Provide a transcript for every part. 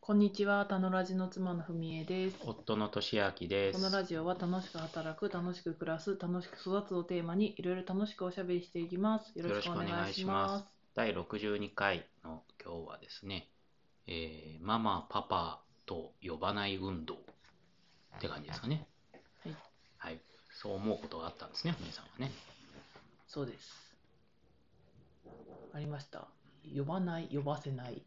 こんにちは、たのラジの妻のふみえです。こ夫の俊明です。のラジオは楽しく働く、楽しく暮らす、楽しく育つをテーマにいろいろ楽しくおしゃべりしていきます。よろしくお願いします。第62回の今日はですね、えーママ、パパと呼ばない運動って感じですかね。はい。はい。そう思うことがあったんですね、ふみえさんはね。そうです。ありました。呼ばない、呼ばせない。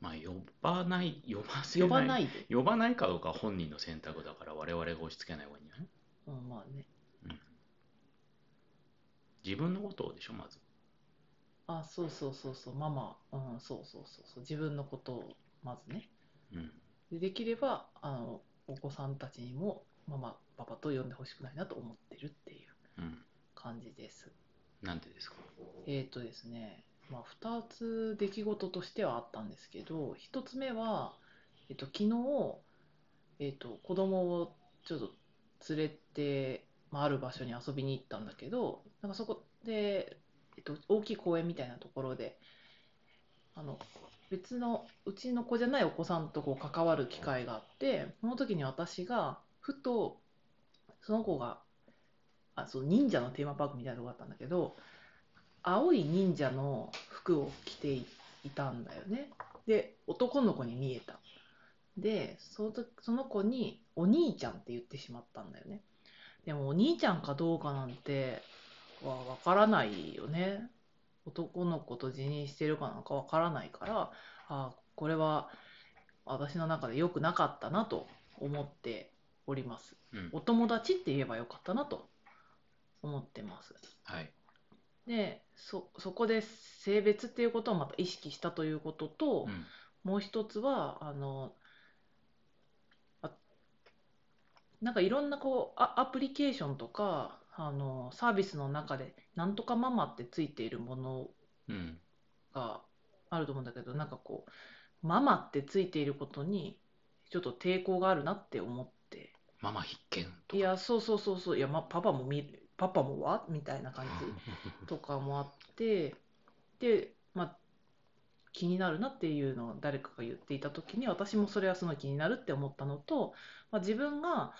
まあ、呼ばない、呼ばせない。。呼ばないいで。呼ばないかどうかは本人の選択だから、我々が押し付けない方がいいんじゃないうん、まあね。自分のことをでしょ、まず。あ、そうそうそうそう、ママ、うん、そうそうそうそう、自分のことをまずね。うん。でできればあの、お子さんたちにもママ、パパと呼んでほしくないなと思ってるっていううん。感じです。なんでですかえーとですね、まあ、2つ出来事としてはあったんですけど、1つ目は、えっと、昨日、えっと、子供をちょっと連れて、まあ、ある場所に遊びに行ったんだけど、なんかそこで、えっと、大きい公園みたいなところで、あの、別のうちの子じゃないお子さんとこう関わる機会があって、その時に私がふとその子が、あ、そう忍者のテーマパークみたいなとこだったんだけど、青い忍者の服を着ていたんだよね。で、男の子に見えた。で、その時その子にお兄ちゃんって言ってしまったんだよね。でもお兄ちゃんかどうかなんてはわからないよね。男の子と自認してるかなんかわからないから、あこれは私の中で良くなかったなと思っております。うん。お友達って言えばよかったなと思ってます。はい。でそそこで性別っていうことをまた意識したということとう、ん。もう一つはあのあなんかいろんなこうあアプリケーションとかあのサービスの中で「なんとかママ」ってついているものうん。があると思うんだけどなんかこう「ママ」ってついていることにちょっと抵抗があるなって思ってママ必見といやそうそうそうそういや、ま、パパも見るパパもはみたいな感じ。か。とかもあってで、まあ、気になるなっていうのを誰かが言っていた時に私もそれはすごい気になるって思ったのと、まあ、自分が、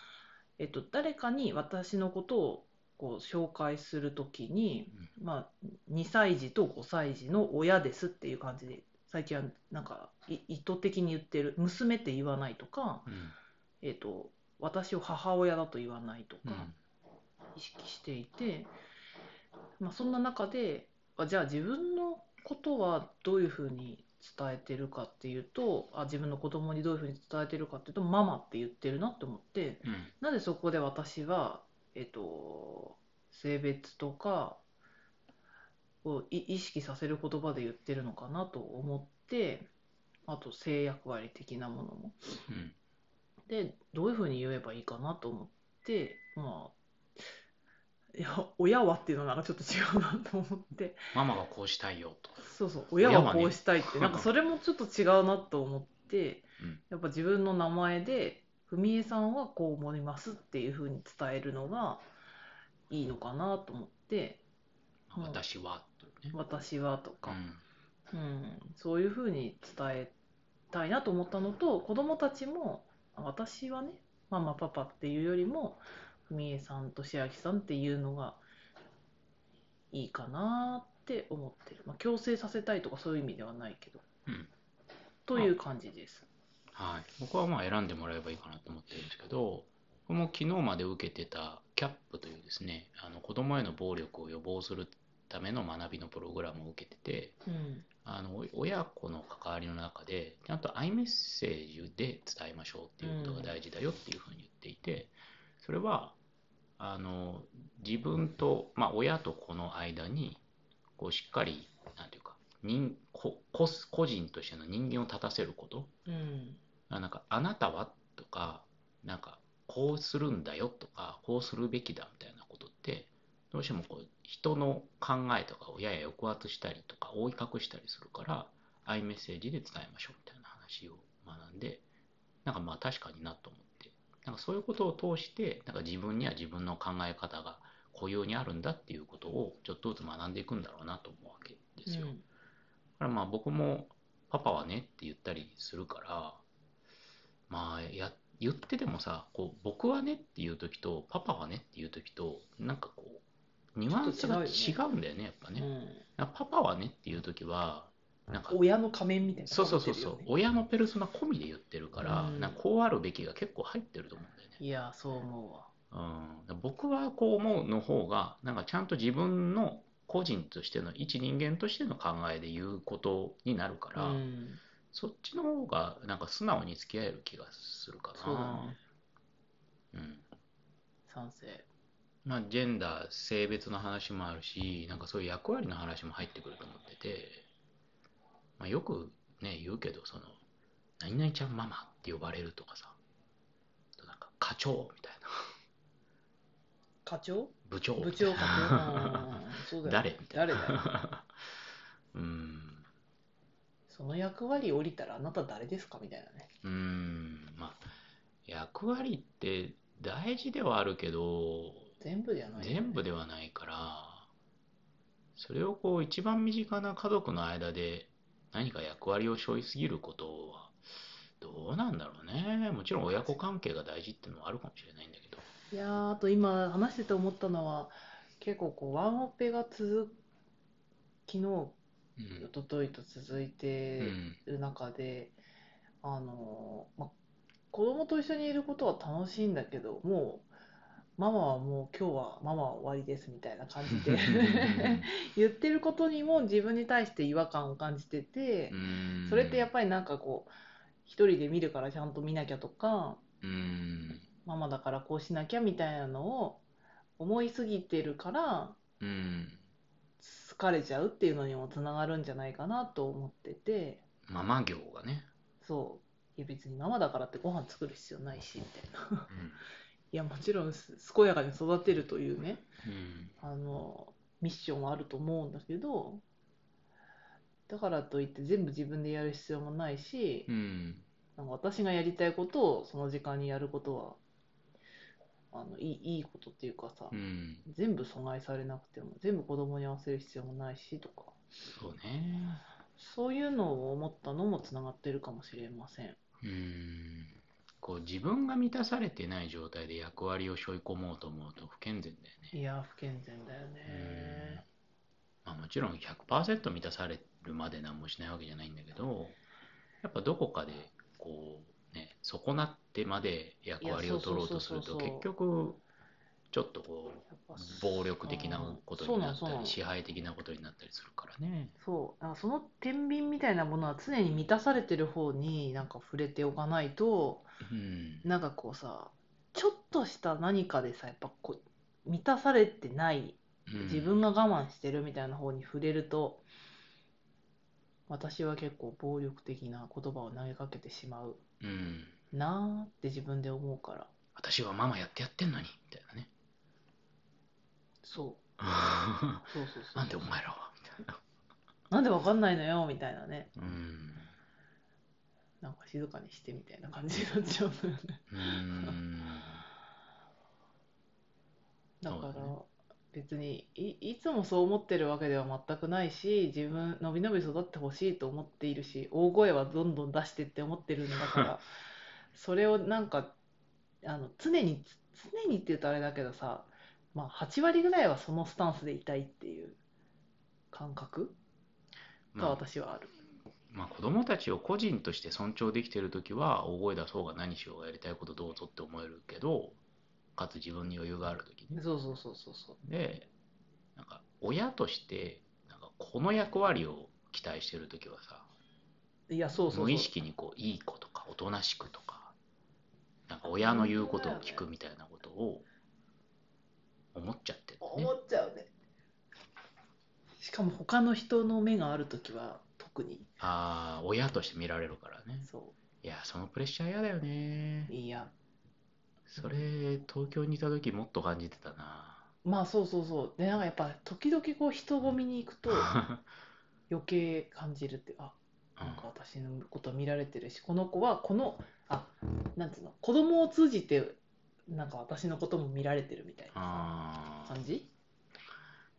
えっと、誰かに私のことをこう紹介する時に、まあ、2歳児と5歳児の親ですっていう感じで最近はなんかい意図的に言ってる娘って言わないとか、うん。えっと、私を母親だと言わないとか。うん。意識していて、まあ、そんな中であじゃあ自分のことはどういうふうに伝えてるかっていうとあ自分の子供にどういうふうに伝えてるかっていうとママって言ってるなって思ってうん。なぜそこで私は、えっと、性別とかをい意識させる言葉で言ってるのかなと思ってあと性役割的なものもうん。でどういうふうに言えばいいかなと思ってまあいや親はっていうのはなんかちょっと違うなと思ってママがこうしたいよと。そうそう親親はねはこうしたいって、なんかそれもちょっと違うなと思って、うんやっぱ自分の名前で文江さんはこう思いますっていうふうに伝えるのがいいのかなと思ってうん私はというね。私はとうか、んうん、そういうふうに伝えたいなと思ったのと子供たちも私はねママパパっていうよりも文枝さんと千秋さんっていうのがいいかなって思ってる、まあ、強制させたいとかそういう意味ではないけど、うんという感じですはい、僕はまあ選んでもらえばいいかなと思ってるんですけど、僕も昨日まで受けてた CAP というですね、あの子供への暴力を予防するための学びのプログラムを受けてて、うんあのお親子の関わりの中で、ちゃんとアイメッセージで伝えましょうっていうことが大事だよっていうふうに言っていて、それはあの自分と、まあ、親と子の間にこうしっかりなんていうか人こ個個人としての人間を立たせることうんあなんか「あなたは?」とか「なんかこうするんだよ」とか「こうするべきだ」みたいなことってどうしてもこう人の考えとかをやや抑圧したりとか覆い隠したりするからアイメッセージで伝えましょうみたいな話を学んでなんかまあ確かになと思ってなんかそういうことを通してなんか自分には自分の考え方が固有にあるんだっていうことをちょっとずつ学んでいくんだろうなと思うわけですよ。だからまあ僕もパパはねって言ったりするから、まあや言ってでもさこう僕はねっていう時とパパはねっていう時となんかこうニュアンスがち違ょうんだよねやっぱね、うんなんかパパはねっていう時はなんか親の仮面みたいなそうのそかうぶそっうてるよそうね、親のペルソナ込みで言ってるから、うんなんかこうあるべきが結構入ってると思うんだよねいやそう思うわうん、僕はこう思うの方がなんかちゃんと自分の個人としての一人間としての考えで言うことになるから、うんそっちの方がなんか素直に付き合える気がするかなそうだねうん賛成まあ、ジェンダー性別の話もあるしなんかそういう役割の話も入ってくると思ってて、まあ、よくね言うけどその「何々ちゃんママ」って呼ばれるとかさあとなんか課長みたいな課長部長み部たい長な課長うんそうだよ誰みたい誰なだよ うんその役割降りたらあなた誰ですかみたいなねうーんまあ役割って大事ではあるけど全部じゃないよね全部ではないからそれをこう一番身近な家族の間で何か役割を背負いすぎることはどうなんだろうねもちろん親子関係が大事っていうのはあるかもしれないんだけどいやーあと今話してて思ったのは結構こうワンオペが続昨日うん一昨日と続いてうんる中で、あのーま、子供と一緒にいることは楽しいんだけどもうママはもう今日はママは終わりですみたいな感じで 言ってることにも自分に対して違和感を感じててう、んそれってやっぱりなんかこう一人で見るからちゃんと見なきゃとかうんママだからこうしなきゃみたいなのを思いすぎてるからうん疲れちゃうっていうのにもつながるんじゃないかなと思ってて。ママ業がね、そういや別にママだからってご飯作る必要ないしみたいなうんいやもちろんす健やかに育てるというねうんあのミッションはあると思うんだけどだからといって全部自分でやる必要もないし、うんなんか私がやりたいことをその時間にやることはあのいいいいことっていうかさ、うん全部阻害されなくても全部子供に合わせる必要もないしとかそうねそういうのを思ったのもつながってるかもしれません。うんこう自分が満たされてない状態で役割を背負い込もうと思うと不健全だよねいや不健全だよね。まあ、もちろん100%満たされるまで何もしないわけじゃないんだけどやっぱどこかでこうね損なってまで役割を取ろうとするいやそとうそうそうそう結局ちょっとこうやっぱ暴力的なことになっそうたんそうり支なん配的なことになったりするからね。そうなんかその天秤みたいなものは常に満たされてる方になんか触れておかないとうんなんかこうさちょっとした何かでさやっぱこう満たされてないうん自分が我慢してるみたいな方に触れると、私は結構暴力的な言葉を投げかけてしまううんなーって自分で思うから私はママやってやってんのにみたいな ねそなうそうそうそう。んでお前らはみたいな、なんでわかんないのよみたいなねうん、なんか静かにしてみたいな感じになっちゃうのよね。うー んだかそうだらね別にいいつもそう思ってるわけでは全くないし自分のびのび育ってほしいと思っているし大声はどんどん出してって思ってるんだから それをなんかあの常につ常にって言うとあれだけどさ、まあ、8割ぐらいはそのスタンスでいたいっていう感覚がまあ私はある。まあ、子供たちを個人として尊重できてる時は大声出そうが何しようがやりたいことどうぞって思えるけどかつ自分に余裕がある時ねそうそうそうそうそうでなんか親としてなんかこの役割を期待してる時はさいやそうそうそう無意識にこういい子とかおとなしくとかなんか親の言うことを聞くみたいなことを思っちゃってるね思っちゃうねしかも他の人の目がある時は特にああ親として見られるからねそいやそのプレッシャー嫌だよねういやそれ東京にいた時もっと感じてたなまあそうそうそうでなんかやっぱ時々こう人混みに行く と余計感じるってあなんか私のこと見られてるしこの子はこのあなんつうの子供を通じてなんか私のことも見られてるみたいなあさー感じ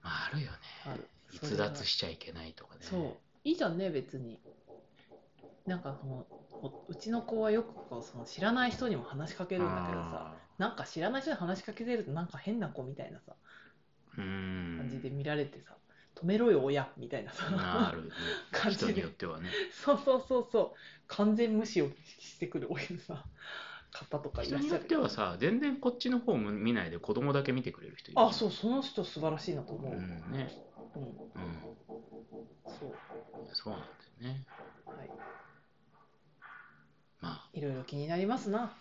まああるよねあるそれ逸は脱しちゃいけないとかねそういいじゃんね別になんかそのこうちの子はよくこうその知らない人にも話しかけるんだけどさなんか知らない人に話しかけてるとなんか変な子みたいなさうーん感じで見られてさ止めろよ親みたいなさな るね感じで人によってはねそうそうそうそう完全無視をしてくる親のさ方とかい人らっにしよゃっるてはさ全然こっちの方も見ないで子供だけ見てくれる人いるあそうその人素晴らしいなと思う、ううんんねうんそうそうなんだよねはまあいいろいろ気になりますな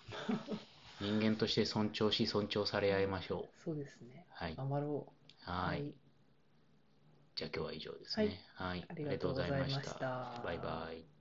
人間として尊重し尊重され合いましょうそうですねはい頑張ろうはいじゃあ今日は以上ですねはいありがとうございましたバイバイ